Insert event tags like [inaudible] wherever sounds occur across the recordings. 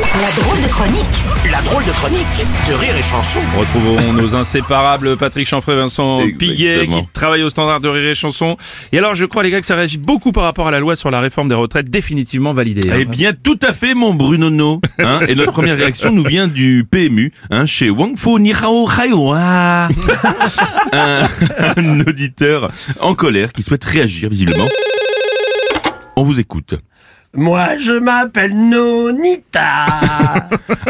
La drôle de chronique, la drôle de chronique de Rire et Chanson. Retrouvons nos inséparables Patrick Chanfray, Vincent Exactement. Piguet qui travaille au standard de Rire et Chanson. Et alors je crois les gars que ça réagit beaucoup par rapport à la loi sur la réforme des retraites définitivement validée. hein. Eh bien, tout à fait, mon Brunono. Hein, et notre première réaction nous vient du PMU, hein, chez Wangfo Nihao [laughs] Haiwa. un, un auditeur en colère qui souhaite réagir, visiblement. On vous écoute. [laughs] Moi, je m'appelle [laughs] Nonita.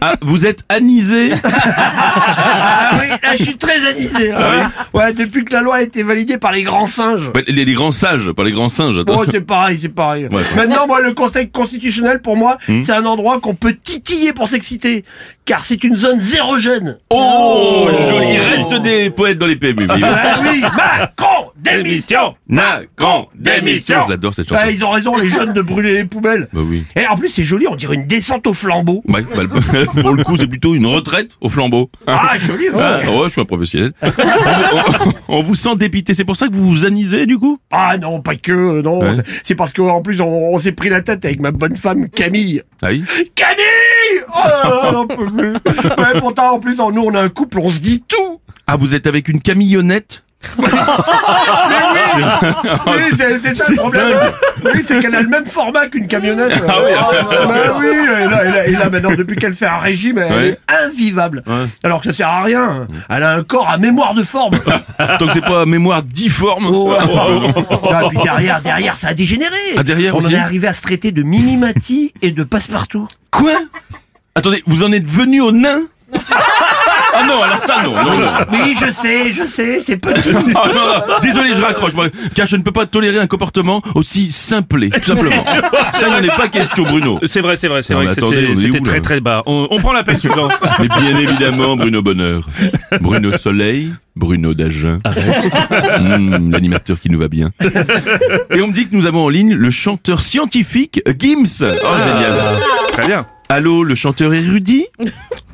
Ah, vous êtes anisé ah oui, là, je suis très anisé. Ah là. Ouais, depuis que la loi a été validée par les grands singes. Ouais, les, les grands sages, pas les grands singes. attends. Bon, c'est pareil, c'est pareil. Ouais. Hmm. Maintenant, moi, le Conseil constitutionnel, pour moi, c'est un endroit qu'on peut titiller pour s'exciter. Car c'est une zone zéro jeune. Oh, joli. Il reste des poètes dans les PMU. mais- [laughs] Ah oui, Macron, Eh démission Macron, démission. Je l'adore cette chanson. Bah, ils ont raison, les jeunes, de brûler les poubelles. Bah oui. Et en plus, c'est joli, on dirait une descente au flambeau. Ouais, bah, le- [laughs] pour le coup, c'est plutôt une retraite au flambeau. Ah, joli, ouais. Ah, ouais, je suis un professionnel. on, on- on vous sent dépité, c'est pour ça que vous vous anisez du coup Ah non, pas que, euh, non. Ouais. C'est- C'est parce qu'en plus, on, on s'est pris la tête avec ma bonne femme Camille. Ah oui Camille Oh là là, j'en peux plus. Ouais, pourtant, en plus, en nous, on a un couple, on se dit tout. Ah, vous êtes avec une camillonnette Oui, c'est Ah, c'est ça le problème. Oui, c'est qu'elle a le même format qu'une camionnette. Ah oui, oui et, là, et là- et là, maintenant, depuis qu'elle fait un régime, elle Ouais. est invivable. Ouais. Alors que ça sert à rien. Elle a un corps à mémoire de [laughs] forme. Tant que c'est pas mémoire difforme Ah, puis derrière, derrière, ça a dégénéré. Ah, derrière on en aussi est arrivé à se traiter de mimimati et de passe-partout. Quoi Attendez, vous en êtes venu au nain Ah non, alors ça non, non, non. Oui, je sais, je sais, c'est petit. Ah, non, non. Désolé, je raccroche, moi, car je ne peux pas tolérer un comportement aussi simplé, tout simplement. Ça n'en est pas question, Bruno. C'est vrai, c'est vrai, c'est Non, vrai mais que attendez, c'est- on est c'était où, très là très bas. On, on prend l'appel [laughs] suivant. Mais bien évidemment, Bruno Bonheur. Bruno Soleil, Bruno Dagen. Hmm, L'animateur qui nous va bien. Et on me dit que nous avons en ligne le chanteur scientifique Gims. Oh, génial. très bien. Allô, le chanteur érudit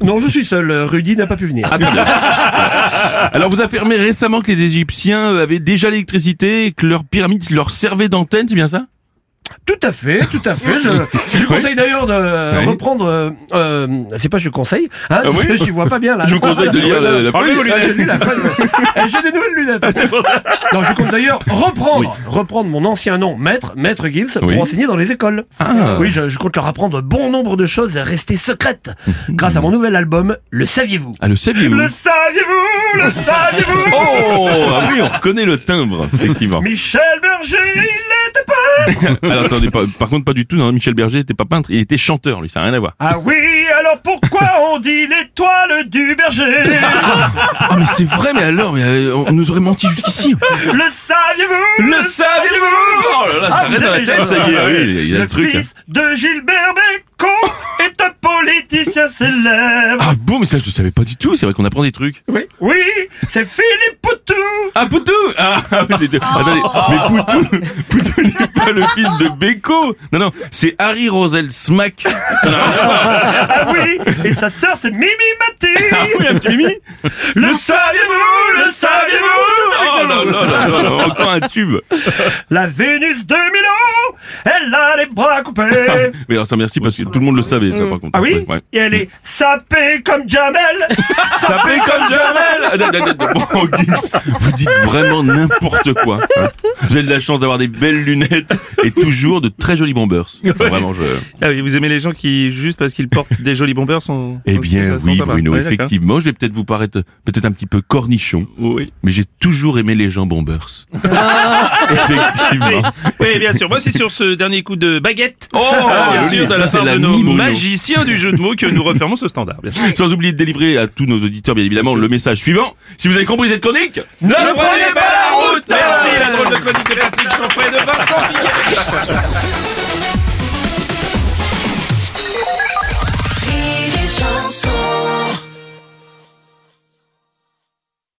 Non, je suis seul. euh, Rudy n'a pas pu venir. Alors, vous affirmez récemment que les Égyptiens euh, avaient déjà l'électricité et que leurs pyramides leur servaient d'antenne, c'est bien ça Tout à fait, tout à fait. Je, je conseille d'ailleurs de Oui. reprendre. euh, euh, c'est pas je conseille, hein, parce oui que [laughs] je vois pas bien là. Je vous conseille de lire euh, la, la feuille. Enlevez vos Ah, lunettes. j'ai lu la feuille, ouais. Eh, J'ai des nouvelles lunettes. Non, je compte d'ailleurs reprendre, reprendre mon ancien nom, maître, maître Gims, Oui. pour enseigner dans les écoles. Ah. Oui, je, je compte leur apprendre bon nombre de choses restées secrètes grâce à mon nouvel album. Le saviez-vous Ah, le saviez-vous saviez-vous Le saviez-vous Oh Ah oui, on reconnaît le timbre, effectivement. Michel Berger, il n'était pas. Alors, attendez, par, par contre, pas du tout. Non, Michel Berger n'était pas peintre, il était chanteur, lui, ça n'a rien à voir. Ah oui, alors [laughs] pourquoi on dit l'étoile du berger Ah mais c'est vrai, mais alors, mais, euh, on nous aurait menti jusqu'ici. Le saviez-vous Ah, Le saviez-vous Oh là là, ça reste dans la tête, ça y est. Ah Oui, il a le, truc. hein. de Gilbert Bécaud est un politicien célèbre. Ah bon, mais ça je le savais pas du tout, c'est vrai qu'on apprend des trucs. Oui, c'est Philippe Poutou. Ah Poutou Ah [laughs] oui, les deux. Attendez, mais Poutou, [laughs] Poutou n'est pas le fils de Beko Non, non, c'est Harry Rosel Smack Ah oui, et sa sœur c'est Mimi Ah Mati. oui, un petit mimi Le saviez-vous, le Oh là là là là là, encore un tube La Vénus de Milan, elle a les [laughs] bras coupés. Mais alors ça merci parce que tout le monde le savait ça par contre. Ah oui Ouais, ouais. Et elle est sapée comme Jamel. Ça fait comme Jamel Ah, Bon, Gims, Oh, vous dites vraiment n'importe quoi. hein. Vous avez de la chance d'avoir des belles lunettes et toujours de très jolis bombers. Enfin, Vraiment, je... Ah oui, vous aimez les gens qui juste parce qu'ils portent des jolis bombers sont. Eh bien, sont- sont oui, sympas. Bruno, Ouais, d'accord. effectivement, je vais peut-être vous paraître peut-être un petit peu cornichon, Oui. mais j'ai toujours aimé les gens bombers. Oui. [laughs] effectivement. Oui, bien sûr. Moi, c'est sur ce dernier coup de baguette. Oh, Ah, bien sûr, de ça la c'est part la de mi, nos Bruno. magiciens du jeu de mots que nous refermons ce standard. Bien sûr. Sans oublier de délivrer à tous nos auditeurs, bien évidemment, le message suivant. Si vous avez compris cette chronique, Ne prenez pas la route Merci, la drôle de chronique de Patrick Chanfray de Vincent Piguet. Rire et chanson